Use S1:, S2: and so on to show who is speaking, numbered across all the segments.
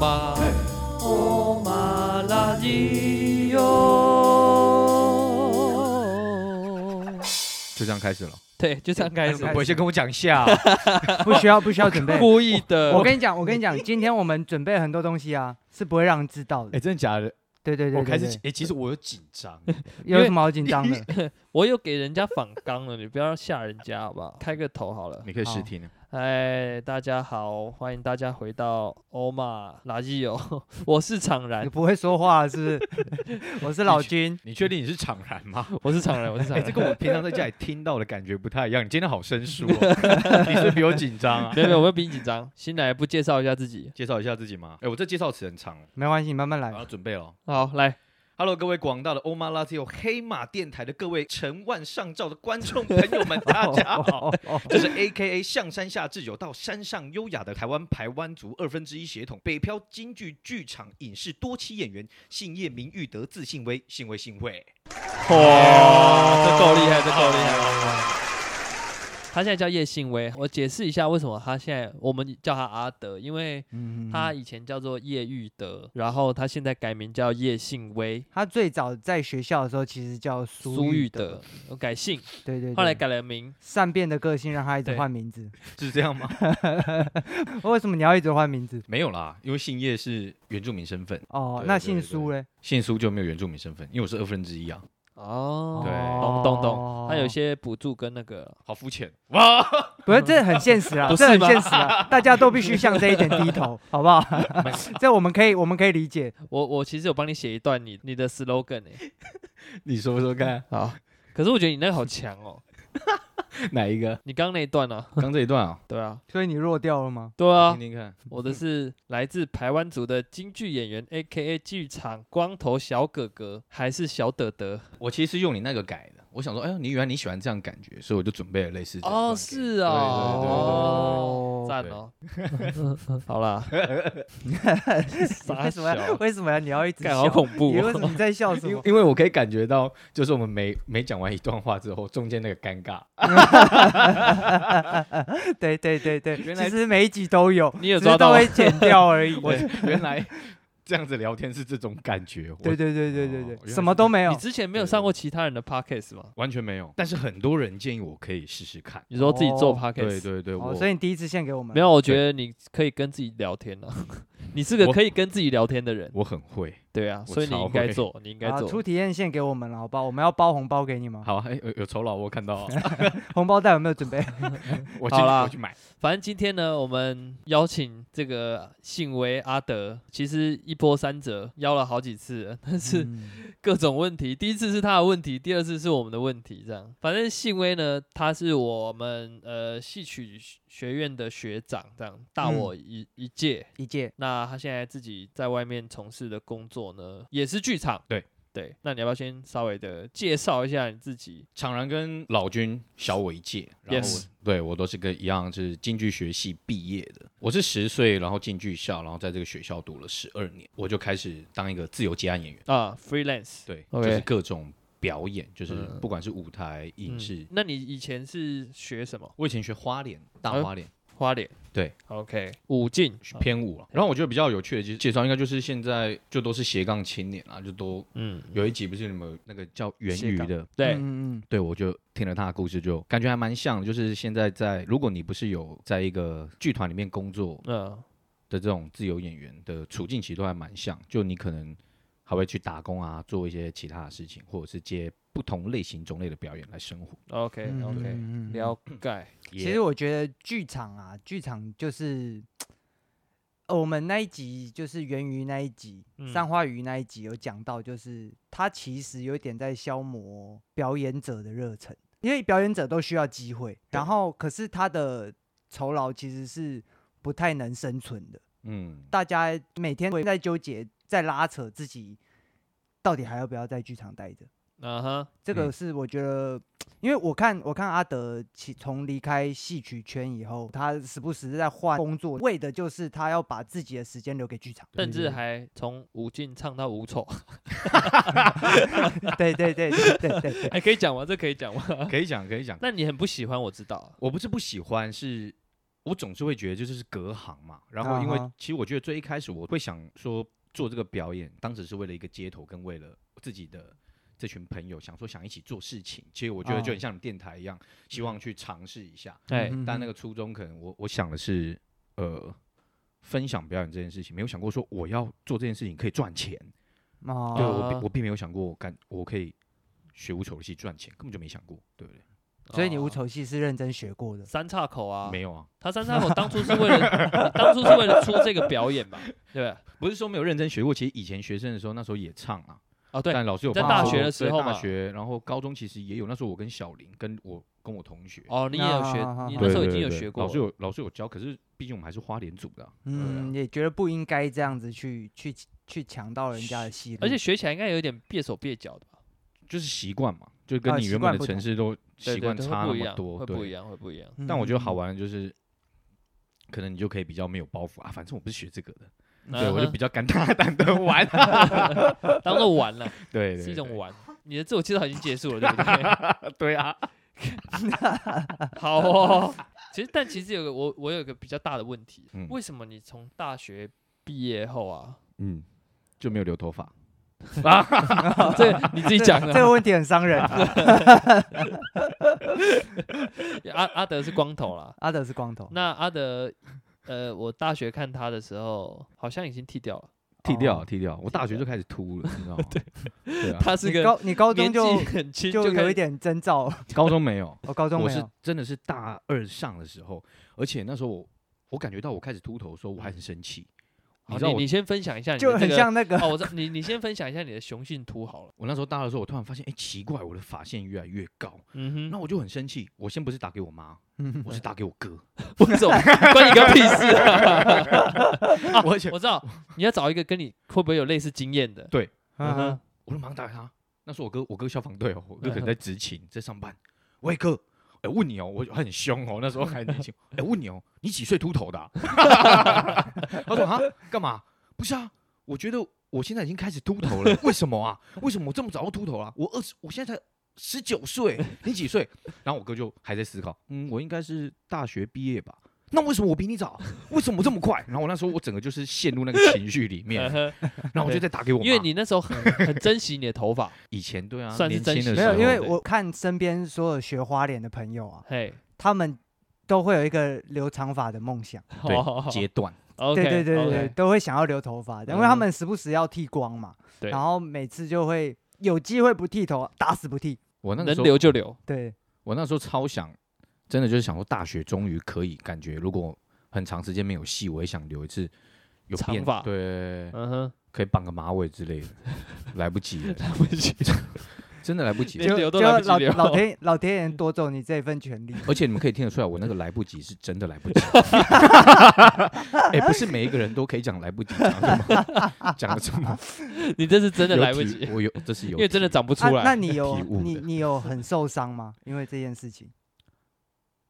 S1: マおまラジオ。
S2: 就这样开始了。
S1: 对，就这样开
S3: 哎
S1: 始
S3: 不。会先跟我讲一 下啊？
S4: 不需要不需要 准备。
S1: 故意的，
S4: 我跟你讲，我跟你讲，今天我们准备很多东西啊，是不会让人知道的
S3: 哎，。真的假的？
S4: 对对对，
S3: 我开始
S4: 对
S3: 紧，哎，其实我有紧张。
S4: 有什么好紧张的？
S1: 我有给人家反纲了，你不要吓人家好不好？开个头好了。
S2: 你可以试
S4: 好
S2: 听。
S1: 哎，大家好，欢迎大家回到欧玛垃圾友， 我是常然
S4: 你，不会说话是不是？我是老君，
S3: 你确定你是常然吗？
S1: 我是常然，我是常
S3: 哎，
S1: 然。
S3: 这跟我平常在家里听到的感觉不太一样。你今天好生疏 哦，你是不是比我紧张啊
S1: 没？有没有，我会比你紧张。新来不介绍一下自己？
S2: 介绍一下自己吗？哎，我这介绍词很长哦，
S4: 没关系，你慢慢
S3: 哎
S2: 我要
S4: 来。
S2: 准备了。哦
S1: 好，来，
S2: Hello，各位广大的欧玛拉 t 有黑马电台的各位成万上兆的观众朋 友们，大家好。这是 A K A 象山下智久到山上优雅的台湾排湾族二分之一血统，北漂京剧剧场影视多栖演员，姓叶名玉德，字姓威，姓魏姓魏。
S1: 哇，这够厉害，这够厉害。他现在叫叶信威，我解释一下为什么他现在我们叫他阿德，因为
S4: 嗯，
S1: 他以前叫做叶玉德，然后他现在改名叫叶信威，
S4: 他最早在学校的时候其实叫
S1: 苏
S4: 苏
S1: 玉
S4: 玉
S1: 德，，嗯我改姓，
S4: 对对。对
S1: 后来改了名，
S4: 善变的个性让他一直
S1: 对
S4: 换名字。
S2: 是这样吗？
S4: 为什么你要一直换名字？
S2: 没有啦，因为姓叶是原住民身份，
S4: 哦，
S2: 对
S4: 那
S2: 对
S4: 姓
S2: 对
S4: 苏嘞？
S2: 姓苏就没有原住民身份，因为我是二分之一啊，
S1: 哦，
S2: 对
S1: 懂懂懂，他有
S4: 哦
S1: 一些补助跟那个，
S2: 好肤浅哇！
S4: 不是，这很现实啊，
S1: 不
S4: 这
S1: 是
S4: 很
S1: 吗
S4: 现实啊，大家都必须向这一点低头，好不好？这我们可以，我们可以理解。
S1: 我我其实有帮你写一段你你的 slogan 哎，
S3: 你说说看，
S1: 好，可是我觉得你那个好强哦，
S3: 哪一个？
S1: 你刚刚那一段呢？
S3: 刚这一段啊，
S1: 对啊，
S4: 所以你弱掉了吗？
S1: 对啊
S3: 听，听看。
S1: 我的是来自台湾族的京剧演员，A.K.A 剧场光头小哥哥，还是小德德？
S2: 我其实是用你那个改的，我想说，哎呦，你原来你喜欢这样感觉，所以我就准备了类似这样的
S1: 哦，
S2: 段给你
S1: 是啊，哦，
S4: 对
S1: 赞哦， 好啦，
S4: 你
S1: 傻
S4: 为什么要？
S1: 小，
S4: 为什么要你要一直
S1: 干
S4: 笑？
S1: 好恐怖
S4: 你为什么
S1: 哦，
S4: 你在笑什
S3: 因
S4: 么
S3: 为？因为我可以感觉到，就是我们每每讲完一段话之后，中间那个尴尬，
S4: 对对对对，
S3: 原来
S4: 其实每一集都有，
S1: 你有
S4: 只是
S1: 抓到
S4: 都
S1: 吗
S4: 会剪掉而已。
S3: 我原 来这样子聊天是这种感觉，我
S4: 对对对对对
S3: 哦
S4: 对
S3: 原来
S4: 对，
S3: 是
S4: 什么都没 有
S1: 你。之前没有上过其他人的 podcast 吗？
S2: 完全没有，但是很多人建议我可以试试看。
S1: 你说自己做
S4: 哦
S1: podcast，
S2: 对对对，我
S4: 哦，所以你第一次献给我们
S1: 没，有，我觉得你可以跟自己聊天啊， 你是个
S2: 我
S1: 可以跟自己聊天的人，
S2: 我很会。
S1: 对啊，
S2: 我
S1: 所以你
S2: 超
S1: 应该
S2: 会
S1: 做，你应该
S4: 啊，
S1: 做
S4: 出。体验献给我们了，好吧？我们要包红包给你
S2: 哦
S4: 吗？
S3: 好，哎、有有酬劳，我看到啊，
S4: 红包袋有没有准备？
S3: 我去
S1: 好啦
S3: 我去买。
S1: 反正今天呢，我们邀请这个信为阿德，其实一波三折，邀了好几次了，但是
S4: 嗯
S1: 各种问题。第一次是他的问题，第二次是我们的问题，这样。反正信威呢，他是我们呃戏曲学院的学长，这样大
S4: 嗯
S1: 我一、一届。
S4: 一届
S1: 那他现在自己在外面从事的工作呢，也是剧场。
S2: 对
S1: 对，那你要不要先稍微的介绍一下你自己？
S2: 常然跟老君小我一届，然后我
S1: Yes
S2: 对我都是跟一样是京剧学系毕业的。我是十岁，然后进剧校，然后在这个学校读了十二年，我就开始当一个自由接案演员，
S1: 啊，freelance。
S2: 对
S1: OK
S2: 就是各种表演，就是
S1: 嗯
S2: 不管是舞台、影视。
S1: 嗯，那你以前是学什么？
S2: 我以前学花脸，大
S1: 哎呦啊
S2: 花脸、
S1: 花脸。
S2: 对
S1: ，OK，舞哦镜
S2: 学偏舞啊了。然后我觉得比较有趣的介介绍，应该就是现在就都是斜杠青年啊，就都
S1: 嗯，
S2: 有一集不是你们那个叫源
S3: 斜
S2: 于
S3: 杠
S2: 的，
S1: 对，
S4: 嗯嗯
S2: 对，我就听了他的故事，就感觉还蛮像的。就是现在在，如果你不是有在一个剧团里面工作
S1: 嗯，
S2: 的这种自由演员的处境，其实都还蛮像。就你可能还会去打工啊，做一些其他的事情，或者是接不同类型种类的表演来生活。
S1: OK
S4: 嗯
S1: OK，、
S4: 嗯嗯嗯
S1: 了解。
S4: 其实我觉得剧场啊，剧场就是、呃我们那一集就是源于那一集、
S1: 嗯
S4: 三花鱼那一集有讲到，就是它其实有点在消磨表演者的热忱，因为表演者都需要机会，然后可是他的酬劳其实是不太能生存的，
S2: 嗯，
S4: 大家每天会在纠结、在拉扯自己到底还要不要在剧场待着。
S1: 嗯哼，
S4: 这个
S2: 嗯
S4: 是我觉得，因为我看我看阿德其从离开戏曲圈以后，他时不时在换工作，为的就是他要把自己的时间留给剧场。
S1: 甚至还从舞镜唱到舞丑，啊
S4: 对对对对对对对，
S1: 还 可以讲吗？这可以讲吗？
S2: 可以讲，可以讲。
S1: 那你很不喜欢，我知道啊。
S2: 我不是不喜欢，是我总是会觉得这就是隔行嘛。然后因为
S4: 啊哈
S2: 其实我觉得最一开始我会想说做这个表演，当时是为了一个街头跟为了自己的这群朋友，想说想一起做事情。其实我觉得就很像你们电台一样，希望去尝试一下。
S1: 哎，
S4: 嗯
S2: 但那个初衷可能我我想的是呃。分享表演这件事情，没有想过说我要做这件事情可以赚钱。
S4: 个
S2: 对
S4: 哦，
S2: 我
S1: 啊
S2: 并我并没有想过我干我可以学无丑的戏赚钱，根本就没想过，对不对？
S4: 所以你无
S1: 哦
S4: 丑戏是认真学过的
S1: 三岔口啊，
S2: 没有啊，
S1: 他三岔口当初是为了， 你当初是为了出这个表演嘛，对不对？
S2: 不是说没有认真学过，其实以前学生的时候，那时候也唱啊，
S1: 哦，对，
S2: 但老师有
S1: 在
S2: 帮
S4: 大
S2: 我
S4: 学
S1: 的时
S2: 对
S1: 候
S2: 大
S1: 嘛
S2: 学，然后高中其实也有，那时候我跟小林，跟我跟我同学，
S1: 哦，你也有学
S4: 啊，
S1: 你那
S4: 啊
S2: 对
S1: 时候已
S2: 对
S1: 经有
S2: 对
S1: 学过
S2: 老师
S1: 了，
S2: 有老师有教，可是毕竟我们还是花莲组的啊、
S4: 嗯，也觉得不应该这样子去去去抢到人家的戏路，
S1: 而且学起来应该有点蹩手�蹩脚的吧？
S2: 就是习惯嘛，就
S4: 啊
S2: 跟你
S4: 习
S2: 原
S4: 惯
S2: 本的
S4: 不
S2: 城
S4: 同
S2: 市都
S1: 对对
S2: 习惯
S1: 对，会
S2: 差那
S1: 不一
S2: 么
S1: 样，
S2: 多，
S1: 会不一
S2: 对。
S1: 样，会不一样。
S2: 但我觉得好
S4: 嗯，
S2: 玩的就是，可能你就可以比较没有包袱啊，反正我不是学这个的，对
S1: 嗯
S2: 我就
S1: 哼
S2: 比较敢大胆的玩，啊
S1: 当做玩了，
S2: 对，
S1: 是
S2: 对
S1: 一种
S2: 对
S1: 玩。你的自我介绍已经结束了，对不对？
S2: 对 啊，
S1: 好哦。其实，但其实有个我，我有个比较大的问题，
S2: 嗯
S1: 为什么你从大学毕业后 啊，
S2: 嗯，就没有留头发，
S1: 哦这个你自己 讲的
S4: 这个问题很 伤人。
S1: 啊。阿阿德是光头啦，
S4: 阿德是光头，
S1: 那阿德，呃，我大学看他的时候，好像已经剃掉了。
S2: 剃掉
S4: 哦
S2: 剃掉，
S1: 剃
S2: 我大学
S1: 掉
S2: 就开始秃了，你知 道吗？对 啊，
S1: 他是
S4: 你
S1: 个
S4: 高你高
S1: 年
S4: 中
S1: 纪
S4: 就
S1: 很轻，
S4: 就
S1: 开
S4: 有
S1: 始
S4: 一点征兆，
S2: 高中没有，
S4: 我高中
S2: 我
S4: 没
S2: 是
S4: 有，
S2: 真的是大二上的时候，而且那时候我我感觉到我开始秃头的时候，我还很生气。
S1: 好
S2: 你知道
S1: 你
S2: 我
S1: 你先分享一下你的
S4: 就
S1: 这
S4: 很
S1: 个
S4: 像那个
S1: 哦，我知道你你先分享一下你的雄性图 好了。
S2: 我那时候大二的时候，我突然发现，哎、奇怪，我的发线越来越高，
S1: 嗯
S2: 那
S1: 哼，
S2: 我就很生气。我先不是打给我妈，
S4: 嗯
S2: 我是打给我哥，
S1: 为什么关你个屁事啊？
S2: 我 而且
S1: 我知道你要找一个跟你会不会有类似经验的。嗯哼
S4: 嗯
S2: 我就马上打给他。那时候我哥，我哥消防队哦，我
S1: 嗯
S2: 哥可能在执勤，在上班。喂哥，哎、问你哦，我很凶哦，那时候还年轻。哎、问你哦，你几岁秃头的啊、 他说啊，干嘛？不是啊，我觉得我现在已经开始秃头了，为什么啊？为什么我这么早就秃头了、我二十，我现在才十九岁，你几岁？然后我哥就还在思考，嗯，我应该是大学毕业吧。那为什么我比你早？为什么这么快？然后我那时候我整个就是陷入那个情绪里面
S1: 嗯，哼
S2: 然后我就再打给我妈，
S1: 因为你那时候 很很珍惜你的头发，
S2: 以前对啊，
S1: 算是
S2: 年
S1: 珍
S2: 轻
S1: 惜
S2: 的
S4: 没
S2: 时
S4: 有，
S2: 候，
S4: 因为
S1: 对
S4: 我看身边所有学花脸的朋友啊，
S1: 嘿，
S4: 他们都会有一个留长发的梦想，
S2: 对
S1: 哦
S2: 阶段，
S1: OK，
S4: 对对对对
S1: OK 嗯
S4: 对，都会想要留头发，因为他们时不时要剃光嘛，
S1: 对
S4: 然后每次就会有机会不剃头，打死不剃，
S2: 我那个时
S1: 能
S2: 候
S1: 留就留。
S4: 对，
S2: 我那时候超想，真的就是想说，大学终于可以感觉，如果很长时间没有戏，我也想留一次有
S1: 长
S2: 变
S1: 发
S2: 对，
S1: 嗯哼，
S2: 可以绑个马尾之类的，来不及 了，
S1: 对不起，
S2: 真的来不及了。
S1: 连
S4: 就
S1: 留都
S4: 就
S1: 来不及
S4: 老
S1: 留
S4: 老天老天爷夺走你这份权 利，
S2: 而且你们可以听得出来，我那个来不及是真的来不及。哎、不是每一个人都可以讲来不及，讲得这么讲的这么
S1: 你这是真的
S2: 有
S1: 来不
S2: 体
S1: 及，
S2: 我有这是有体，
S1: 因为真的长不出
S4: 啊，
S1: 来。
S4: 那你 有
S2: 体悟
S4: 你
S2: 的
S4: 你有很受伤吗？因为这件事情，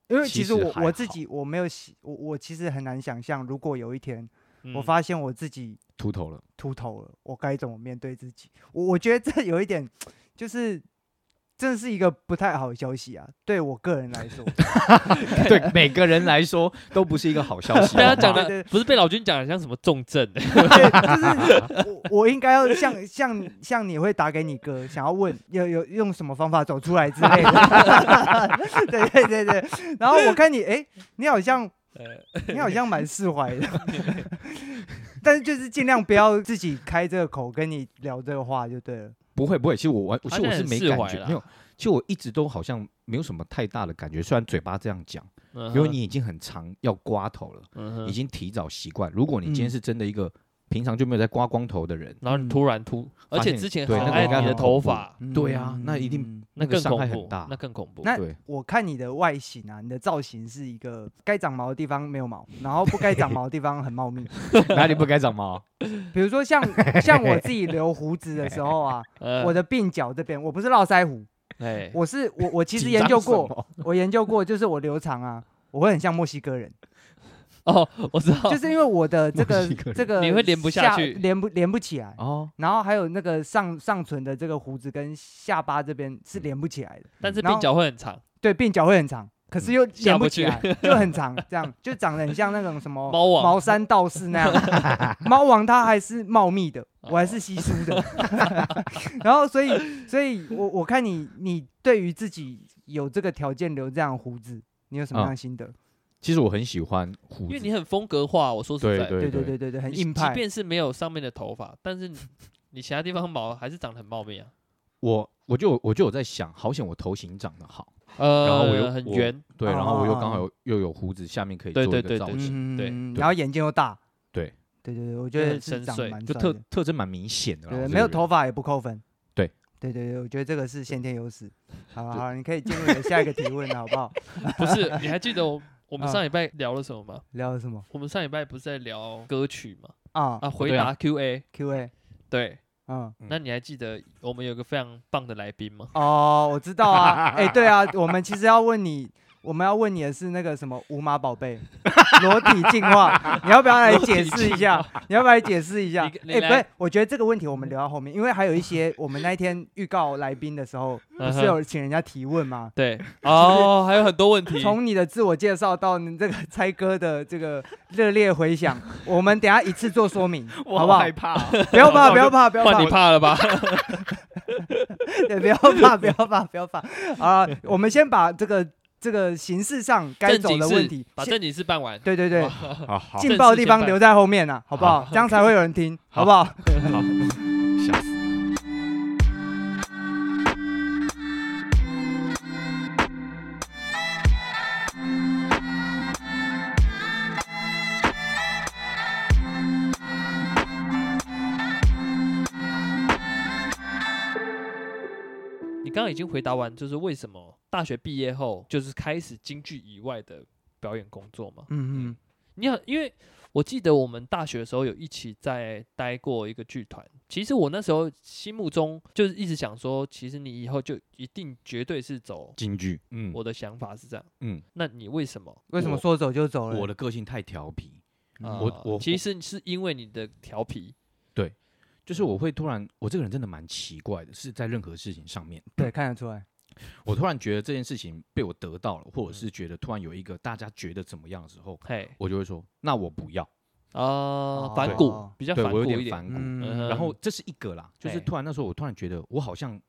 S4: 因为
S2: 其
S4: 其实
S2: 实
S4: 我
S2: 还
S4: 我自
S2: 好
S4: 己我没有喜我我其实很难想象，如果有一天
S1: 嗯
S4: 我发现我自己
S2: 秃头了。
S4: 秃头了，我该怎么面对自己？我我觉得这有一点，就是这是一个不太好的消息啊，对我个人来 说，
S2: 对每个人来说都不是一个好消息。啊
S1: 被他
S2: 好不好
S1: 讲
S4: 对对
S1: 的不是被老君讲的像什么重 症，
S4: 对，就是我我应该要像像像你会打给你哥，想要问有有用什么方法走出来之类的， 对对对对。然后我看你，哎、你好像
S1: 呃
S4: 你好像蛮释怀 的，但是就是尽量不要自己开这个口跟你聊这个话就对了。
S2: 不会不会，其实我完，其
S1: 他
S2: 实
S1: 现
S2: 我
S1: 在
S2: 是
S1: 很
S2: 没
S1: 释
S2: 感
S1: 怀
S2: 觉，
S1: 啦
S2: 没有。其实我一直都好像没有什么太大的感觉，虽然嘴巴这样讲，
S1: 嗯哼
S2: 因为你已经很长要刮头了，
S1: 嗯哼
S2: 已经提早习惯。如果你今天
S4: 嗯
S2: 是真的一个平常就没有在刮光头的人，
S1: 然后你突然秃，而且
S2: 嗯现
S1: 之前
S2: 对
S1: 很
S4: 那个
S1: 爱
S4: 应该
S1: 你的
S4: 很
S1: 头
S2: 恐怖
S1: 发，
S2: 对啊那一定
S4: 嗯
S1: 那
S2: 那个
S1: 更
S2: 伤
S1: 恐
S2: 害很
S1: 怖
S2: 大，
S1: 那更恐怖。
S4: 那
S2: 对
S4: 我看你的外形啊，你的造型是一个该长毛的地方没有毛，然后不该长毛的地方很茂密。
S2: 哪里不该 长毛？
S4: 比如说像像我自己留胡子的时 候啊，
S1: 呃
S2: 嗯
S4: 我的鬓角这边我不是络腮胡，
S1: 哎，
S4: 我是我我其实
S2: 紧
S4: 研
S2: 张
S4: 究
S2: 什
S4: 过，
S2: 么，
S4: 我研究过，就是我留长啊，我会很像墨西哥人，
S1: 哦，我知道
S4: 就，是因为我的这
S2: 墨
S4: 个
S2: 西哥人
S4: 这个
S1: 你会连不下去
S4: 连不连不起来。
S2: 哦，
S4: 然后还有那个上上唇的
S2: 嗯
S4: 这个胡子跟下巴这边是连不起来的，
S1: 但是
S4: 然
S1: 鬓
S4: 后
S1: 角会很长。
S4: 对，鬓角会很长，可是又
S1: 下
S4: 连
S1: 不
S4: 不起
S1: 嗯去
S4: 来，又很长，这样就长得很像那种什么
S1: 猫王
S4: 茅山道士 那样。猫王它还是茂密的，我
S1: 哦
S4: 还是稀疏的。 然后所以所以我我看你你对于自己有这个条件留这样的胡子，你有什
S1: 嗯
S4: 么样的心得？
S2: 其实我很喜欢胡
S1: 因为
S2: 子，
S1: 你很风格化。我说实
S2: 对
S1: 在，
S2: 对
S4: 对对对对对，很
S1: 你
S4: 硬
S1: 即
S4: 派。
S1: 便是没有上面的头发，但是你你其他地方毛还是长得很茂密啊。
S2: 我我就我就有在想，好险我头型长得好，
S1: 呃，
S2: 然后我又
S1: 很
S2: 我
S1: 圆，
S2: 对，然后我又
S4: 啊
S2: 刚好有又有胡子，下面可以
S1: 对
S2: 做一
S1: 哦对对
S2: 个造
S1: 对
S2: 型，
S4: 嗯
S1: 对
S4: 嗯
S2: 对
S4: 然后眼睛又大，
S2: 对
S4: 对对对，我
S1: 就
S4: 觉得
S1: 很
S4: 是
S1: 深
S4: 长得
S1: 邃
S4: 蛮
S2: 就
S4: 帅
S2: 特
S4: 的
S2: 特征蛮明显
S1: 啊
S2: 的啦。
S4: 对，
S2: 我这
S4: 没有
S2: 个人
S4: 头发也不扣分。
S2: 对
S4: 对对对，我觉得这个是先天优势。好了好了，你可以进入你的下一个提问了，好不好？
S1: 不是？你还记得我我们
S4: 啊
S1: 上礼拜聊了什么吗？
S4: 聊了什么
S1: 我们上礼拜不是在聊歌曲吗？
S4: 啊
S1: 啊，回
S2: 对啊
S1: 答 Q&A。
S4: ？Q&A，
S1: 对，
S4: 嗯，
S1: 那你还记得我们有个非常棒的来宾吗？
S4: 哦，我知道啊，哎，对啊，我们其实要问你，我们要问你的是那个什么无码宝贝裸体进化，你要不要来解释一下？你要不要来解释一下？哎，
S1: 你
S4: 不
S1: 你来
S4: 是，我觉得这个问题我们留到后面，因为还有一些我们那一天预告来宾的时候，不
S1: 嗯
S4: 是
S1: 哼
S4: 有请人家提问吗？
S1: 对，哦，还有很多问题。
S4: 从你的自我介绍到你这个猜歌的这个热烈回响，我们等一下一次做说明，
S5: 我
S4: 好不好
S5: 害？怕啊、
S4: 不要怕，不要怕，不要
S1: 换你
S4: 怕，
S1: 怕了吧？
S4: 对，不要怕，不要怕，不要怕啊！我们先把这个这个形式上该
S1: 正
S4: 走
S1: 经
S4: 的
S1: 事
S4: 问题
S1: 把
S4: 先，
S1: 正经事办完。
S4: 对对对，
S2: 啊好
S1: 这
S4: 劲爆的地
S1: 正事
S4: 方
S1: 先
S4: 留在后面啊，好不好？这样才会有人听，好不好？
S2: 好，吓死！
S1: 你刚刚已经回答完，就是为什么大学毕业后就是开始京剧以外的表演工作嘛？
S4: 嗯嗯，
S1: 你好，因为我记得我们大学的时候有一起在待过一个剧团。其实我那时候心目中就是一直想说，其实你以后就一定绝对是走。
S2: 京剧，嗯
S1: 我的想法是这样，
S2: 嗯，
S1: 那你为什么？
S4: 为什么说走就走了？
S2: 我的个性太调皮，
S1: 啊
S2: 我我
S1: 其实是因为你的调皮，
S2: 就是我会突然，我这个人真的蛮奇怪的，是在任何事情上面，
S4: 对，看得出来，
S2: 我突然觉得这件事情被我得到了，或者
S1: 嗯
S2: 是觉得突然有一个大家觉得怎么样的时候，
S1: 嘿
S2: 我就会说，那我不要，
S1: 啊，
S4: 对
S1: 反骨比较
S2: 哦对
S1: 反
S2: 我
S1: 骨
S2: 有
S1: 一
S2: 点
S1: 点，
S2: 反骨。
S1: 嗯
S4: 嗯，
S2: 然后这是一个啦，就是
S1: 哎
S2: 突然那时候我突然觉得，我好像，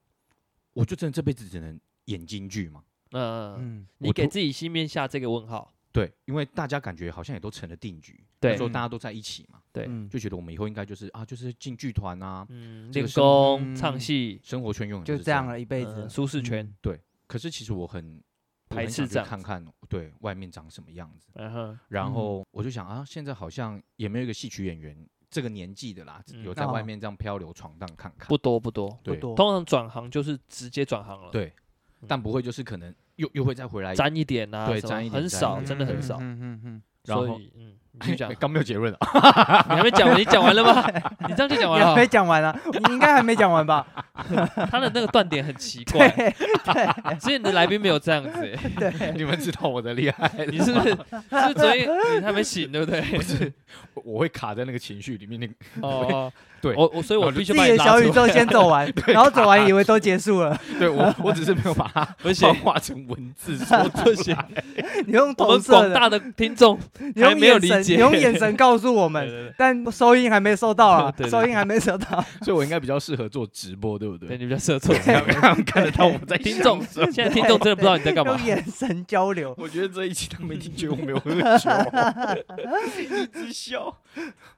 S2: 我就真的这辈子只能演京剧嘛。
S1: 嗯，
S4: 嗯
S1: 你
S2: 我
S1: 给
S2: 突
S1: 自己心面下这个问号，
S2: 对，因为大家感觉好像也都成了定局，
S1: 对
S2: 那时候大家都在一起嘛，
S1: 对
S4: 嗯，
S2: 就觉得我们以后应该就是啊，就是进剧团啊，
S1: 嗯，
S2: 这
S1: 练
S2: 个是
S1: 功、唱
S4: 嗯
S1: 戏，
S2: 生活圈永远
S4: 就
S2: 都是
S4: 这样。了一辈子
S1: 嗯，，舒适圈，
S4: 嗯
S2: 可是其实我很我
S1: 排
S2: 很
S1: 斥
S2: 想去
S1: 这样
S2: 看看对外面长什么样子。
S1: 嗯哼，
S2: 然
S4: 嗯
S2: 后我就想啊，现在好像也没有一个戏曲演员这个年纪的啦，
S1: 嗯
S2: 有在外
S4: 哦
S2: 面这样漂流闯荡看看。
S1: 不多不多，
S4: 不
S2: 对
S4: 多，
S1: 通常转行就是直接转行了，
S2: 对，
S1: 嗯
S2: 但不会就是可能又又会再回来。
S1: 沾一点啊，
S2: 对
S1: 什么
S2: 沾一点
S1: 很
S2: 沾一
S1: 少，
S2: 点
S1: 真的很
S2: 对
S1: 少，
S4: 嗯嗯嗯
S2: 然
S1: 所
S2: 后
S1: 以嗯， 你就讲，你
S2: 刚没有结论 啊，
S1: 还没讲完，你讲完了吗？你这样就讲
S4: 嗯，
S1: 完
S4: 你还没
S1: 了，
S4: 讲完啊，你应该还没讲完吧？
S1: 他的那个断点很奇怪，
S4: 对
S1: 之前的来宾没有这样子欸，
S2: 你们知道我的厉害了，
S1: 你是不是是不是昨天你还没醒，对不对？
S2: 我 我会卡在那个情绪里面，那个
S1: 哦，
S2: 对
S1: 我我所以我
S2: 然后
S1: 必须
S4: 自
S1: 把
S4: 己
S1: 你
S4: 的
S1: 拉
S4: 小宇
S1: 出来，
S4: 宙先 走完，然后走完以为都结束了，
S2: 对我我只是没有把 它
S1: 而且
S2: 幻 化成文字说出来。
S4: 你用
S1: 我
S4: 投
S1: 们
S4: 射
S1: 广
S4: 的，
S1: 大的听众，
S4: 你用
S1: 还没有
S4: 眼
S1: 理
S4: 神，
S1: 解
S4: 你用眼神告诉我
S1: 对
S4: 们，
S1: 对
S4: 但收音还没收到啊
S1: 对对，对
S4: 收音还没收到，
S2: 所以我应该比较适合做直播，对不
S1: 对，
S2: 对？
S1: 你比较适合做这
S2: 这样
S1: 样。
S2: 让看得到我在
S1: 听
S2: 想
S1: 众
S2: 什么
S1: 现在听众真的不知道你在干嘛
S4: 用。眼神交 流。
S2: 我觉得这一期他们一定觉得我没有喝酒，一直笑，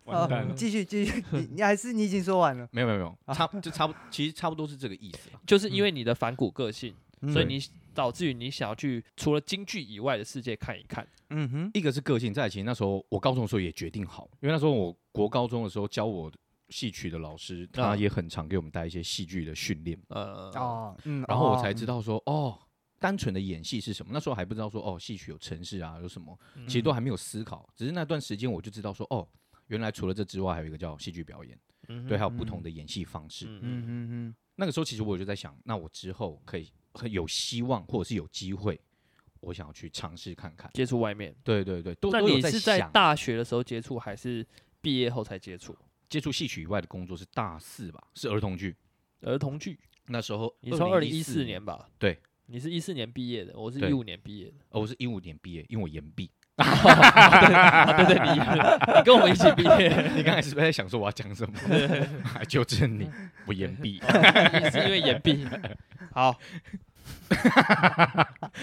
S2: 完蛋
S4: 哦
S2: 了。
S4: 继续继续，你你还是你已经说完了，
S2: 没有没有没有，差不就差不，其实差不多是这个意思啦。
S1: 就是因为你的反骨个性，
S4: 嗯
S1: 所以你导致于你想要去除了京剧以外的世界看一看。
S4: 嗯哼，
S2: 一个是个性，再来其实那时候我高中的时候也决定好，因为那时候我国高中的时候教我戏曲的老师，
S1: 啊
S2: 他也很常给我们带一些戏剧的训练，
S1: 呃，
S4: 哦，嗯，
S2: 然后我
S4: 哦
S2: 才知，道说哦。单纯的演戏是什么？那时候还不知道说哦，戏曲有程式啊，有什么，其
S1: 嗯
S2: 实都还没有思考。只是那段时间我就知道说哦，原来除了这之外，还有一个叫戏剧表演，
S1: 嗯哼
S2: 对，还有不同
S4: 嗯
S2: 的演戏方式。
S1: 嗯
S4: 嗯
S1: 嗯，
S4: 嗯嗯，
S2: 那个时候其实我就在想，那我之后可以很有希望，或者是有机会，我想要去尝试看看。
S1: 接触外面。
S2: 对对对，都
S1: 那
S2: 都有
S1: 你是在
S2: 在想
S1: 大学的时候接触，还是毕业后才接触
S2: 接触戏曲以外的工作是大四吧，是儿童剧。
S1: 儿童剧？
S2: 那时候
S1: 你说二零一四
S2: 2014
S1: 年吧？
S2: 对，
S1: 你是一四年毕业的，我是
S2: 对
S1: 一五年毕 业的。
S2: 哦，我是一五年毕业，因为我延毕。
S1: 啊对对，你你跟我们一起毕 业，
S2: 你刚才是不是在想说我要讲什么？ 还纠正你，我延毕，
S1: 哦你是因为延毕。 好，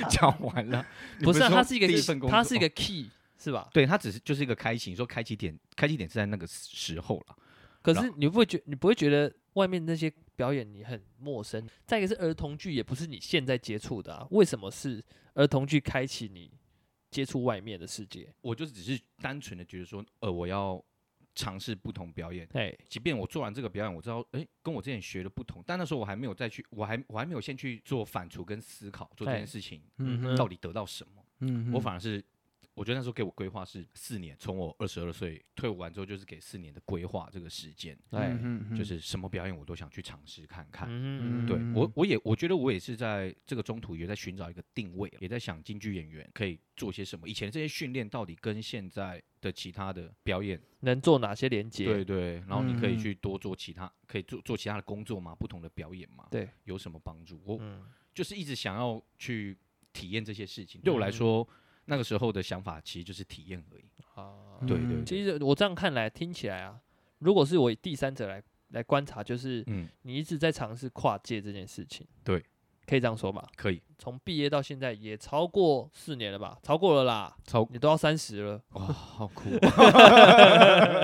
S2: 讲完了。你
S1: 不是啊，
S2: 说
S1: 它是一个
S2: 第一份工，
S1: 它是一个，key 是吧？
S2: 对，它只是就是一个开启。你说开启点，开启点是在那个时候了。
S1: 可
S2: 然
S1: 是你不会觉你不会觉得外面那些表演你很陌生？再一个是儿童剧，也不是你现在接触的啊，为什么是儿童剧开启你接触外面的世界？
S2: 我就只是单纯的觉得说，呃，我要尝试不同表演。
S1: 哎，
S2: 即便我做完这个表演，我知道，哎，跟我之前学的不同，但那时候我还没有再去，我还我还没有先去做反刍跟思考，做这
S1: 哎
S2: 件事情
S1: 嗯哼
S2: 到底得到什么。
S4: 嗯
S2: 我
S4: 哼
S2: 反而是，我觉得那时候给我规划是四年，从我二十二岁退伍完之后，就是给四年的规划这个时间，
S1: 哎
S4: 嗯，哼哼
S2: 就是什么表演我都想去尝试看看。
S1: 嗯，
S2: 对我
S4: 嗯，
S2: 我也我觉得我也是在这个中途也在寻找一个定位，也在想京剧演员可以做些什么。以前这些训练到底跟现在的其他的表演，
S1: 能做哪些连接？
S2: 对对，然后你可以
S4: 嗯
S2: 去多做其他，可以做做其他的工作吗？不同的表演吗？
S1: 对，
S2: 有什么帮助？我
S1: 嗯，
S2: 就是一直想要去体验这些事情。对我来
S1: 嗯
S2: 说，那个时候的想法其实就是体验而已。
S1: 啊，
S2: 对对对，
S4: 嗯
S1: 其实我这样看来，听起来啊，如果是我以第三者来来观察，就是
S2: 嗯，
S1: 你一直在尝试跨界这件事情。
S2: 对，
S1: 可以这样说吧。
S2: 可以
S1: 从毕业到现在也超过四年了吧？超过了啦，
S2: 超
S1: 你都要三十了。
S2: 哇，好酷，
S1: 哦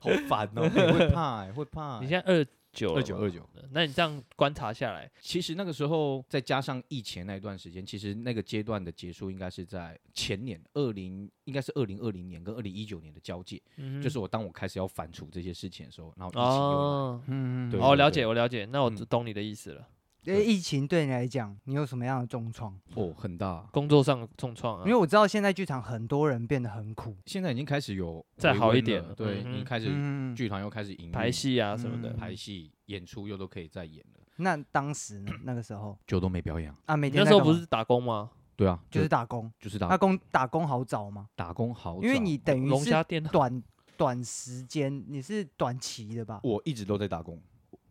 S2: 好烦哦，会怕欸会怕
S1: 你
S2: 欸。
S1: 现在二九了吧，
S2: 九，
S1: 那你这样观察下来，
S2: 其实那个时候再加上疫情那一段时间，其实那个阶段的结束应该是在前年二零，应该是二零二零年跟二零一九年的交界，
S1: 嗯
S2: 就是我当我开始要反刍这些事情的时候，然后疫情又来了
S1: 哦，
S4: 嗯
S2: 对
S4: 嗯，
S1: 哦，
S2: 对
S1: 了
S2: 对
S1: 解，我了解，那我
S2: 嗯
S1: 懂你的意思了。
S4: 因为疫情对你来讲，你有什么样的重创？
S2: 哦，很大。
S1: 工作上重创
S4: 因为
S1: 啊，
S4: 我知道现在剧场很多人变得很苦，
S2: 现在已经开始有
S1: 再
S2: 回
S1: 好
S2: 温
S1: 一点
S2: 了
S1: 了
S2: 对，
S1: 嗯
S2: 你
S1: 哼
S2: 开始
S4: 嗯，
S2: 剧团又开始营运
S1: 排、戏啊什么的
S4: 嗯，
S2: 排戏、演出又都可以再演了，
S4: 那当时呢？那个时候
S2: 就都没表演啊。
S4: 啊，每
S1: 你
S4: 天
S1: 那
S4: 在
S1: 时候
S4: 干
S1: 不
S4: 嘛
S1: 是打工吗？
S2: 对啊，
S4: 就是打工，
S2: 就是
S4: 那
S2: 打
S4: 工打工好找吗？
S2: 打工好找，
S4: 因为你等于
S1: 龙
S4: 是
S1: 虾店啊，
S4: 短短时间，你是短期的吧？
S2: 我一直都在打工，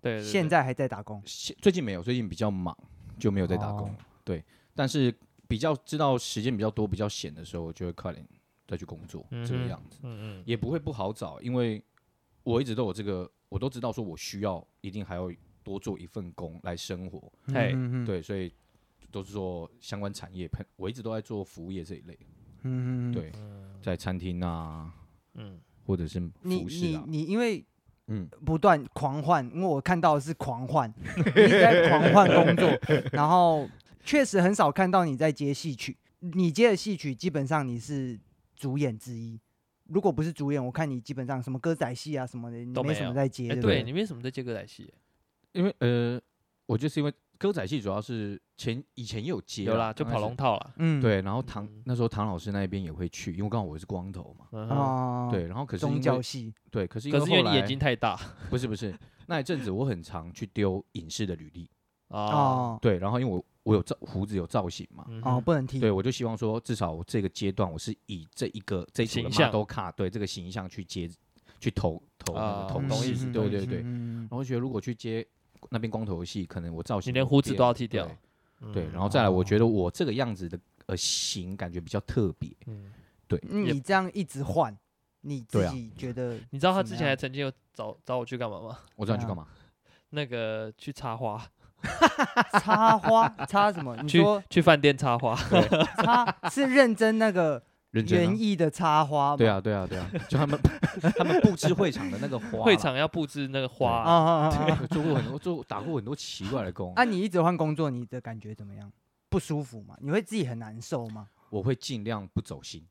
S1: 对，对对
S4: 现在还在打工，
S2: 现最近没有，最近比较忙，就没有在打工。
S4: 哦
S2: 对，但是比较知道时间比较多、比较闲的时候，我就会快点再去工作，这个
S1: 哼
S2: 样子
S1: 嗯嗯，
S2: 也不会不好找，因为我一直都有这个，我都知道说我需要一定还要多做一份工来生活，
S1: 哎
S4: 嗯，
S2: 对，所以都是做相关产业，我一直都在做服务业这一类，
S4: 嗯嗯嗯
S2: 对，在餐厅啊，
S1: 嗯
S2: 或者是
S4: 你
S2: 服饰
S4: 你
S2: 啊，
S4: 你因为
S2: 嗯，
S4: 不断狂换，因为我看到的是狂换，你一直在狂换 工作，然后确实很少看到你在接戏曲。你接的戏曲基本上你是主演之一，如果不是主演，我看你基本上什么歌仔戏啊什么的，你
S1: 都没
S4: 什么
S1: 有
S4: 在接，
S1: 哎，
S4: 不
S1: 对你为什么在接歌仔戏？
S2: 因为呃，我就是因为歌仔戏主要是前以前也有接啦，
S1: 有啦，就
S2: 刚开
S1: 跑
S2: 始
S1: 龙套啦。
S4: 嗯，
S2: 对，然后唐
S1: 嗯
S2: 那时候唐老师那边也会去，因为刚好我是光头嘛。
S1: 嗯哼，
S4: 哦，，
S2: 对，然后可是因
S4: 宗
S2: 为
S4: 教系，
S2: 对，可是因
S1: 可
S2: 为
S1: 是因为
S2: 后
S1: 你
S2: 来
S1: 眼睛太大
S2: 不是不是那一阵子我很常去丢影视的履历，
S1: 啊，
S4: 哦
S2: 对，然后因为我我有造胡子有造型嘛，
S1: 嗯
S4: 哦，
S1: 哼，
S4: 不能提，
S2: 对我就希望说至少我这个阶段我是以这一个这一组
S1: 形
S2: 的
S1: 象
S2: model 卡对这个形象去接去投投那
S1: 啊
S2: 个投
S1: 懂
S2: 投
S1: 意
S2: 戏
S1: 思
S2: 对
S1: 懂意
S2: 对对，然
S4: 嗯
S2: 后觉得如果去接那边光头的戏，可能我造型
S1: 你连
S2: 也会
S1: 胡子都
S2: 变
S1: 要剃掉
S2: 对。对，
S1: 嗯
S2: 然后再来，我觉得我这个样子的呃型感觉比较特别，
S1: 嗯
S4: 嗯
S1: 也
S4: 你这样一直换，你
S2: 对
S4: 自
S2: 啊
S4: 己觉得
S1: 你知道他
S4: 怎
S1: 之
S4: 么
S1: 前还
S4: 样
S1: 曾经有找找我去干嘛吗？
S2: 我知道你去
S4: 对啊
S2: 干嘛？
S1: 那个去插花，
S4: 插花插什么？你
S1: 去
S4: 说
S1: 去饭店插花，
S4: 插是认真那个
S2: 认真啊
S4: 园艺的插花吗？
S2: 对啊，对啊，对啊，就他们他们布置会场的那个花啦，
S1: 会场要布置那个花
S4: 啊
S1: 啊，
S4: 啊啊啊！
S2: 对做过很多做打过很多奇怪的工，
S4: 啊，你一直换工作，你的感觉怎么样？不舒服吗？你会自己很难受吗？
S2: 我会尽量不走心。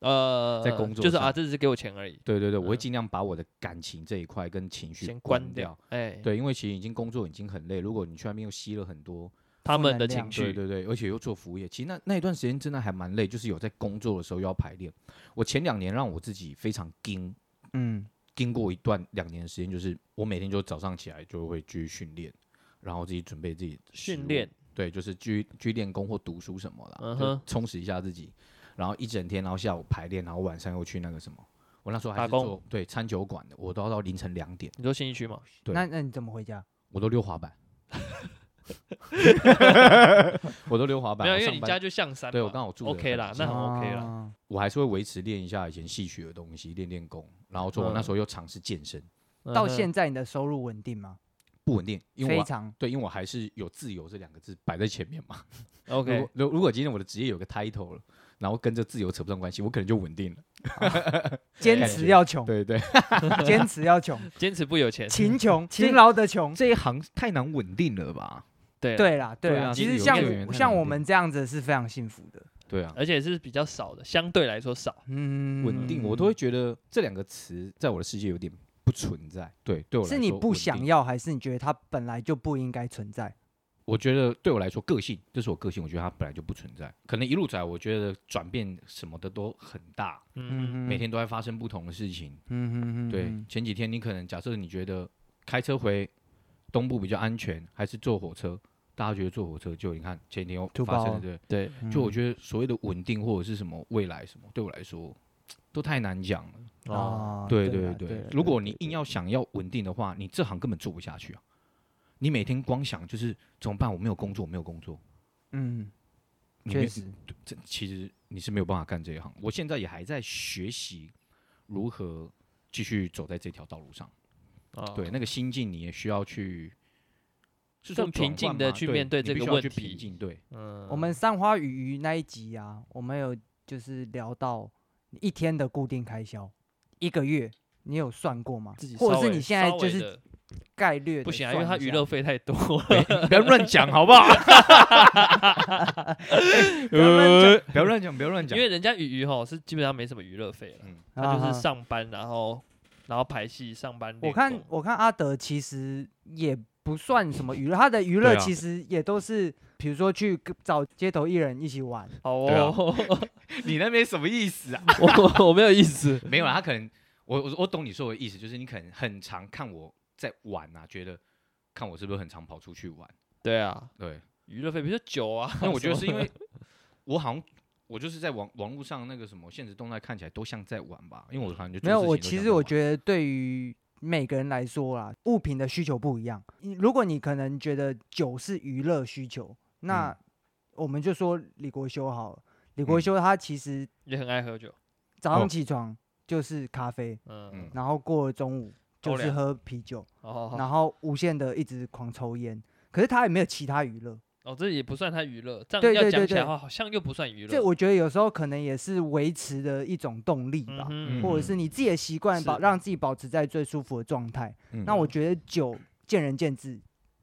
S1: 呃，
S2: 在工作
S1: 就是啊，
S2: 上
S1: 这只是给我钱而已，
S2: 对对对，我会
S1: 嗯
S2: 尽量把我的感情这一块跟情绪
S1: 先
S2: 关
S1: 关。，哎，
S2: 对，因为其实已经工作已经很累，如果你去外面又吸了很多，
S1: 他
S4: 负
S1: 们
S4: 能
S1: 的
S4: 量
S1: 情绪，
S2: 对对对，而且又做服务业，其实那那一段时间真的还蛮累，就是有在工作的时候又要排练。我前两年让我自己非常盯，
S4: 嗯，
S2: 经过一段两年的时间，就是我每天就早上起来就会去训练，然后自己准备自己的食
S1: 训
S2: 物
S1: 练，
S2: 对，就是去去练功或读书什么啦，
S1: 嗯
S2: 就
S1: 哼
S2: 充实一下自己。然后一整天，然后下午排练，然后晚上又去那个什么，我那时候还
S1: 打
S2: 是
S1: 工
S2: 做对餐酒馆的，我都要到凌晨两点，
S1: 你说新一区吗？
S2: 对
S4: 那那你怎么回家？
S2: 我都溜滑板，我都溜滑板。
S1: 没有，
S2: 我
S1: 因为
S2: 上
S1: 你
S2: 班
S1: 家就象山嘛，嗯
S2: 对我刚好住的
S1: OK 啦
S2: 很，近
S1: 那很 OK 啦。
S4: 啊
S2: 我还是会维持练一下以前戏曲的东西，练练功。然后说，我那时候又尝试健身，
S1: 嗯
S4: 到
S1: 哼
S4: 现在你的收入稳定吗？
S2: 不稳定，因为
S4: 非
S2: 我啊
S4: 常
S2: 对，因为我还是有自由这两个字摆在前面嘛。 如
S1: OK，
S2: 果如如果今天我的职业有个 title 了，然后跟这自由扯不上关系，我可能就稳定了。
S4: 坚
S2: 感
S4: 持
S2: 觉
S4: 要穷，
S2: 对对，
S4: 坚持要 穷，
S1: 坚持不有钱，
S4: 勤穷，
S5: 这
S4: 勤劳的穷。
S5: 这一行太难稳定了吧？
S1: 对啦，
S4: 对啦，对
S2: 对
S4: 啦，
S2: 啊
S4: 其
S2: 其
S4: 实
S2: 实有
S4: 像
S2: 些演员
S4: 我
S2: 太
S4: 像
S2: 难
S4: 我
S2: 定
S4: 们这样子是非常幸福的。
S2: 对啊，
S1: 而且是比较少的，相对来说少。
S4: 嗯，
S2: 稳定，我都会觉得这两个词在我的世界有点不存在。对，对我来
S4: 是
S2: 说
S4: 你不
S2: 稳
S4: 想
S2: 定
S4: 要，还是你觉得它本来就不应该存在？
S2: 我觉得对我来说，个性这是我个性，我觉得它本来就不存在。可能一路走来，我觉得转变什么的都很大，
S1: 嗯，
S2: 每，天都在发生不同的事情。
S4: 嗯嗯嗯，
S2: 对，前几天你可能假设你觉得开车回东部比较安全，还是坐火车？大家觉得坐火车就你看前几天
S4: 突
S2: 又发生
S4: 爆啊嗯
S2: 了，对，
S1: 对，
S2: 就我觉得所谓的稳定或者是什么未来什么，对我来说都太难讲了。
S4: 得
S1: 哦，
S4: 啊，
S2: 对
S4: 对
S2: 对
S4: 啦对啦，
S2: 如果你硬要想要稳定的话，你这行根本做不下去啊！你每天光想就是怎么办？我没有工作，我没有工作，
S4: 嗯，
S2: 你没
S4: 确
S2: 有
S4: 实，
S2: 这其实你是没有办法干这一行。我现在也还在学习如何继续走在这条道路上。
S1: 哦
S2: 对，那个心境你也需要去，是
S1: 更
S2: 说
S1: 平
S2: 转换
S1: 静地
S2: 吗
S1: 去
S2: 对
S1: 面对
S2: 你
S1: 这
S2: 必
S1: 个
S2: 须要
S1: 问
S2: 去
S1: 题
S2: 平静， 对，
S1: 嗯，
S4: 我们三花鱼鱼那一集啊，我们有就是聊到一天的固定开销，一个月你有算过吗
S1: 自己？
S4: 或者
S1: 稍
S4: 是
S1: 微
S4: 你现在
S1: 稍
S4: 就
S1: 微
S4: 是
S1: 地
S4: 概略地
S1: 不行啊，因
S4: 算
S1: 为他
S4: 一
S1: 娱
S4: 下
S1: 乐费太多了。
S2: 不要乱讲好不 好？
S4: 不要乱讲
S2: 不要乱讲，不要
S1: 呃
S2: 乱
S1: 因
S2: 讲。
S1: 为人家鱼鱼吼是基本上没什么娱乐费了，
S2: 嗯
S1: 他就
S4: 啊
S1: 是上班然后然后排戏上班练功。
S4: 我看我看阿德其实也不算什么娱乐，他的娱乐
S2: 对啊
S4: 其实也都是，比如说去跟找街头艺人一起玩，
S1: 好
S2: 对啊
S1: 哦，
S2: 你那边什么意思啊？
S1: 我 我没有意思。
S2: 没有啦，他可能我我我懂你说的意思，就是你可能很常看我在玩啊，觉得看我是不是很常跑出去玩。
S1: 对啊，
S2: 对，
S1: 娱乐费比如说酒啊，
S2: 那我觉得
S1: 什
S2: 是
S1: 么
S2: 因为我好像我就是在网网络上那个什么现实动态看起来都像在玩吧，因为我好像就
S4: 没有，我其实我
S2: 得
S4: 觉得对于每个人来说啦，物品的需求不一样。你如果你可能觉得酒是娱乐需求，那我们就说李国修好了。李国
S2: 嗯
S4: 修他其实
S1: 也很爱喝酒，
S4: 早上
S2: 哦
S4: 起床就是咖啡，
S1: 嗯
S2: 嗯，
S4: 然后过了中午就
S1: 高
S4: 是
S1: 粱
S4: 喝啤酒，
S1: 哦
S4: 然后无限的一直狂抽烟。可是他也没有其他娱乐，
S1: 哦，这也不算他娱乐，这
S4: 对
S1: 样要
S4: 对
S1: 讲
S4: 对
S1: 起来的
S4: 对
S1: 话，好像又不算娱乐。
S4: 这我觉得有时候可能也是维持的一种动力吧，
S1: 嗯哼
S4: 或者是你自己的习惯
S1: 是
S4: 保让自己保持在最舒服的状态。
S2: 嗯
S4: 那我觉得酒见仁见智，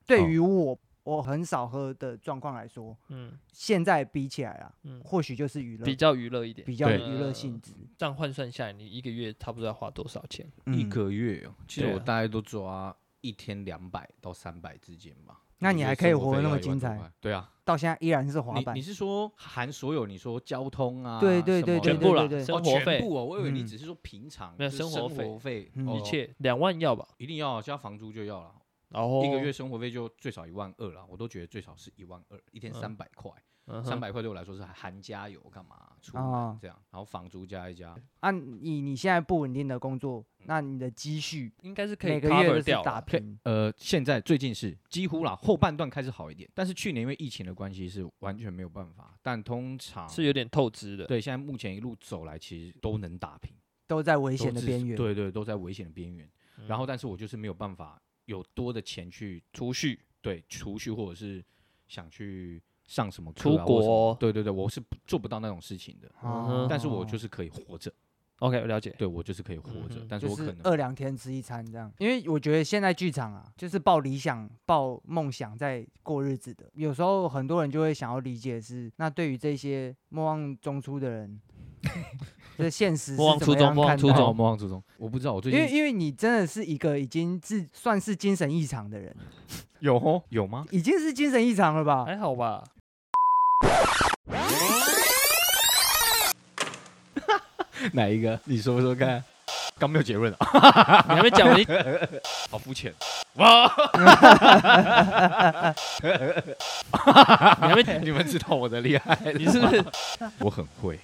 S4: 对
S2: 哦
S4: 于我我很少喝的状况来说，
S1: 嗯
S4: 现在比起来啊，
S1: 嗯，
S4: 或许就是娱乐
S1: 比较娱乐一点。
S4: 比较
S2: 对
S4: 娱乐性质。
S1: 这样换算下来，你一个月差不多要花多少钱？
S2: 一
S4: 嗯，
S2: 个月哦，其实
S1: 对
S2: 我
S1: 啊
S2: 大概都抓一天两百到三百之间吧。
S4: 那
S2: 我
S4: 你
S2: 觉得
S4: 还可以
S2: 生活
S4: 活
S2: 费
S4: 得那
S2: 要1
S4: 么
S2: 万
S4: 精
S2: 多
S4: 彩
S2: 块？对啊，
S4: 到现在依然是滑
S2: 你
S4: 板
S2: 你，是说含所有你说交通啊？
S4: 对对对
S2: 什
S4: 对
S1: 全
S2: 么
S1: 部
S4: 对对
S1: 啦，
S4: 对，
S1: 生活
S2: 哦，全
S1: 费
S2: 部哦，我以为你
S4: 嗯
S2: 只是说平常
S1: 没有
S2: 就是
S1: 生
S2: 生
S1: 活费
S2: 费，
S4: 嗯
S2: 哦
S1: 一切两万要吧，
S2: 一定要加房租就要了，
S1: 然后
S4: 哦
S2: 一个月生活费就最少一万二了，我都觉得最少是一万二，一天
S1: 嗯
S2: 三百块，
S1: 三
S2: 三百块对我来说是含加油干嘛出
S4: 嗯哦
S2: 门这样，然后房租加一加，
S4: 啊，你你现在不稳定的工作，那你的积蓄
S1: 应该是可以
S4: 每个月都
S1: cover
S4: 是
S1: 掉
S4: 打
S1: 啦。
S4: 平。
S2: 呃，现在最近是几乎啦，后半段开始好一点，但是去年因为疫情的关系是完全没有办法，但通常
S1: 是有点透支的。
S2: 对现在目前一路走来其实都能打平，
S4: 都在危
S2: 危
S4: 险的边缘，
S2: 对对，都在危险的边缘。
S1: 嗯
S2: 然后，但是我就是没有办法有多的钱去
S1: 储蓄，
S2: 对储蓄，或者是想去上什么课
S1: 出
S2: 啊或者什么
S1: 国
S2: 对对对，我是不做不到那种事情的。
S1: 嗯
S2: 但是我
S4: 哦
S2: 就是可以活着，
S1: OK，了解。
S2: 对我就是可以活着
S1: 嗯，
S2: 但是
S4: 就
S2: 我可
S4: 是
S2: 能哦
S4: 二两天吃一餐这样。因为我觉得现在剧场啊，就是抱理想、抱梦想在过日子的。有时候很多人就会想要理解是，那对于这些莫忘中初的人， 这现实是
S1: 莫忘
S4: 怎么
S1: 初衷
S4: 样
S1: 莫忘
S4: 看
S1: 初
S4: 待
S1: 衷
S2: 哦莫忘初衷，我不知道我最
S4: 因为
S2: 近
S4: 因为你真的是一个已经是算是精神异常的人，
S2: 有哦有吗？
S4: 已经是精神异常了吧？
S1: 还好吧？
S2: 哪一个？你说说看。刚没有结论啊，
S1: 你还没讲完，你
S2: 好肤浅。
S1: 你还没，
S2: 你们知道我的厉害，
S1: 你是不是？
S2: 我很会。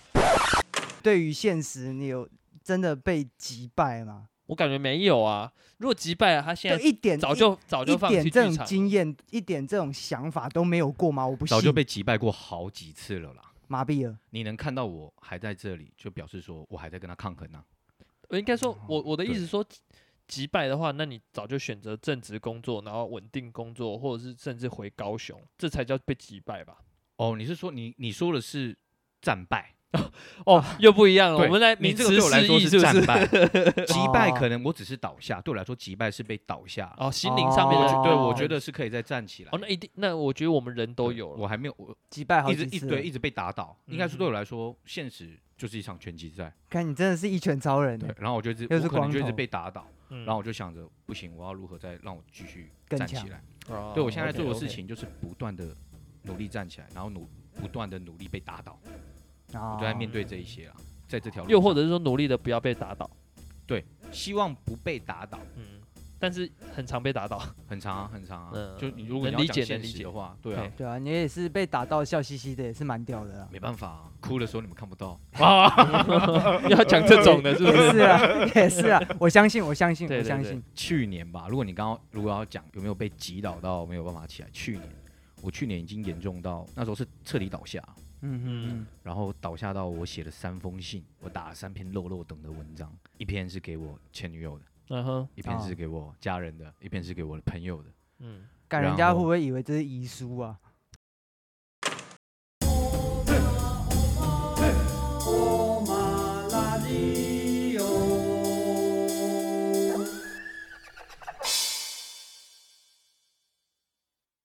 S4: 对于现实，你有真的被击败吗？
S1: 我感觉没有啊。如果击败了，他现
S4: 就
S1: 在
S4: 一点
S1: 早
S4: 一
S1: 就早就
S4: 一
S1: 放
S4: 点
S1: 弃
S4: 这
S1: 剧
S4: 种
S1: 场
S4: 经
S1: 了。
S4: 验，一点这种想法都没有过吗？我不信，
S2: 早就被击败过好几次了啦。
S4: 麻痹了。
S2: 你能看到我还在这里，就表示说我还在跟他抗衡啊。
S1: 我呃应该说，我我的意
S2: 哦对
S1: 思说，击败的话，那你早就选择正职工作，然后稳定工作，或者是甚至回高雄，这才叫被击败吧？
S2: 哦，你是说你你说的是战败？
S1: 哦，又不一样了。我
S2: 啊对
S1: 们来
S2: 你
S1: 名
S2: 这个
S1: 词
S2: 对我来
S1: 释
S2: 说
S1: 义是不
S2: 战
S1: 是？
S2: 败， 击败
S4: 哦
S2: 可能我只是倒下，对我来说击败是被倒下。
S1: 哦，心灵上面
S2: 我
S1: 的
S2: 觉
S1: 战
S2: 对，
S1: 斗
S2: 我
S4: 哦
S2: 觉得是可以再站起来
S1: 哦，。那一定，那我觉得我们人都有了。
S2: 我还没有，我
S4: 击败好
S2: 一直
S4: 几
S2: 一
S4: 次
S2: 直
S4: 了，
S2: 对一直被打倒。应该
S1: 嗯
S2: 说对我来说，现实就是一场拳击赛。
S4: 看你真的是一拳超人欸，
S2: 对，然后我就一直，
S4: 又是
S2: 我可能
S4: 光
S2: 就一直
S4: 头
S2: 被打倒，
S1: 嗯
S2: 然后我就想着不行，我要如何再让我继续
S4: 更
S2: 站
S4: 强
S2: 起来？
S1: 哦
S2: 对我现在做的
S1: OK，OK
S2: 事情就是不断的努力站起来，然后努不断的努力被打倒，
S4: 啊，
S2: 我就在面对这一些啊，在这条路上，
S1: 又或者是说努力的不要被打倒，
S2: 希望不被打倒，
S1: 嗯，但是很常被打倒，
S2: 很长啊，很长啊
S1: 嗯，
S2: 就你如果你
S1: 能
S2: 要
S1: 理
S2: 讲
S1: 解
S2: 现
S1: 能理
S2: 实
S1: 解
S2: 的话，对啊
S1: 嘿，
S4: 对啊，你也是被打到笑嘻嘻的，也是蛮屌 的啊。
S2: 没办法啊，哭的时候你们看不到，啊
S1: 要讲这种的，是不是？
S4: 也是啊，也是啊，我相信，我相信，
S1: 对
S4: 我
S1: 对
S4: 相
S1: 对
S4: 信。
S2: 去年吧，如果你刚刚如果要讲有没有被击倒到没有办法起来，去年我去年已经严重到那时候是彻底倒下，
S4: 嗯嗯
S2: 然后倒下到我写了三封信，我打了三篇漏漏等的文章，一篇是给我前女友的，
S1: 嗯哼，
S2: 一篇
S4: 哦
S2: 是给我家人的，一篇是给我的朋友的。
S1: 嗯，
S4: 嗯，干人
S2: 然
S4: 家
S2: 后
S4: 会不会以为这是遗书啊？